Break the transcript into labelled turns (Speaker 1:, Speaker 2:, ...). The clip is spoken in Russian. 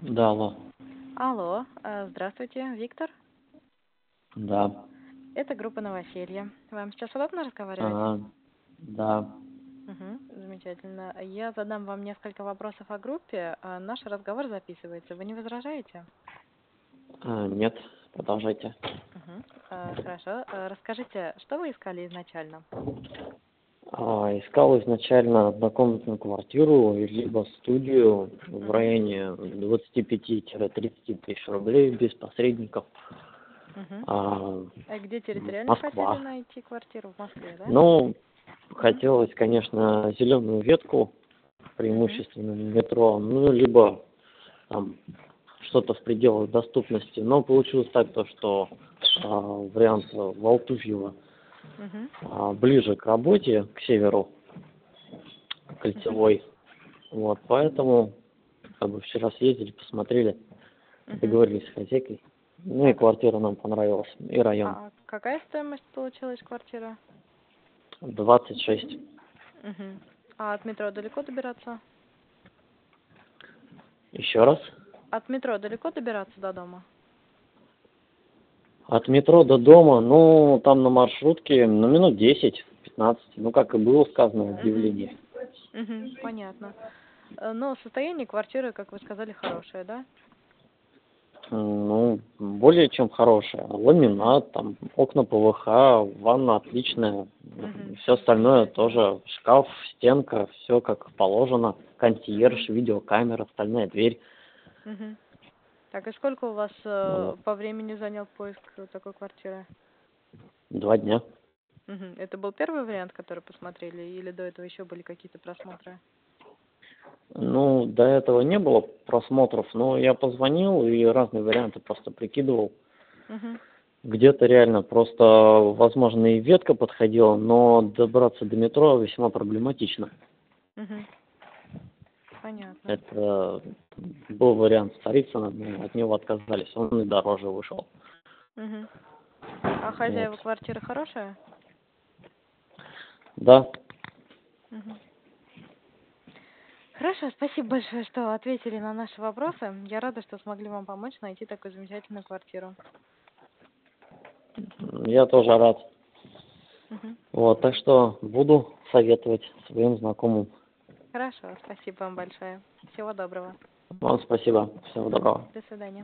Speaker 1: Да, алло.
Speaker 2: Алло, э, здравствуйте, Виктор.
Speaker 1: Да.
Speaker 2: Это группа «Новоселье». Вам сейчас удобно разговаривать?
Speaker 1: Ага. Да.
Speaker 2: Мгм, замечательно. Я задам вам несколько вопросов о группе. а Наш разговор записывается. Вы не возражаете?
Speaker 1: Э, нет, продолжайте.
Speaker 2: Мгм. А, Хорошо. А Расскажите, что вы искали изначально?
Speaker 1: А, искал изначально однокомнатную квартиру и либо студию в районе 25-30 тысяч рублей без посредников.
Speaker 2: Мгм.
Speaker 1: А,
Speaker 2: А где территориально
Speaker 1: Москва.
Speaker 2: хотели найти квартиру? В Москве, да?
Speaker 1: ну, хотелось, конечно, зеленую ветку, преимущественно метро, ну, либо там что-то в пределах доступности. Но получилось так, то, что а, вариант э, Волтуфьева
Speaker 2: Мгм.
Speaker 1: а, ближе к работе, к северу, к кольцевой. Вот, поэтому как бы вчера съездили, посмотрели,
Speaker 2: Мгм.
Speaker 1: договорились с хозяйкой. Ну и квартира нам понравилась, и район.
Speaker 2: А какая стоимость получилась квартира?
Speaker 1: 26.
Speaker 2: Мгм. А от метро далеко добираться?
Speaker 1: Еще раз.
Speaker 2: От метро далеко добираться до дома?
Speaker 1: От метро до дома, ну, там на маршрутке, ну, минут 10-15. Ну, как и было сказано в объявлении.
Speaker 2: Мгм, понятно. Э, Но состояние квартиры, как вы сказали, хорошее, да?
Speaker 1: М, Ну, более чем хорошая. Ламинат, там, окна ПВХ, ванна отличная.
Speaker 2: Мгм.
Speaker 1: Все остальное тоже. Шкаф, стенка, все как положено. Консьерж, видеокамера, стальная дверь.
Speaker 2: Мгм. Так, и сколько у вас э, по времени занял поиск э, такой квартиры?
Speaker 1: Два дня.
Speaker 2: Мгм. Это был первый вариант, который посмотрели, или до этого еще были какие-то просмотры?
Speaker 1: Ну, до этого не было просмотров, но я позвонил и разные варианты просто прикидывал.
Speaker 2: Мгм.
Speaker 1: Где-то реально просто, возможно, и ветка подходила, но добраться до метро весьма проблематично.
Speaker 2: Мгм. Понятно.
Speaker 1: Э. Это был вариант Царицына, но от него отказались, он и дороже вышел.
Speaker 2: Мгм. А хозяева квартиры хорошие?
Speaker 1: Да,
Speaker 2: Мгм. Хорошо, спасибо большое, что ответили на наши вопросы. Я рада, что смогли вам помочь найти такую замечательную квартиру.
Speaker 1: я тоже рад.
Speaker 2: Мгм.
Speaker 1: Вот, так что буду советовать своим знакомым.
Speaker 2: Хорошо, спасибо вам большое. Всего доброго.
Speaker 1: Вам спасибо, всего доброго.
Speaker 2: До свидания.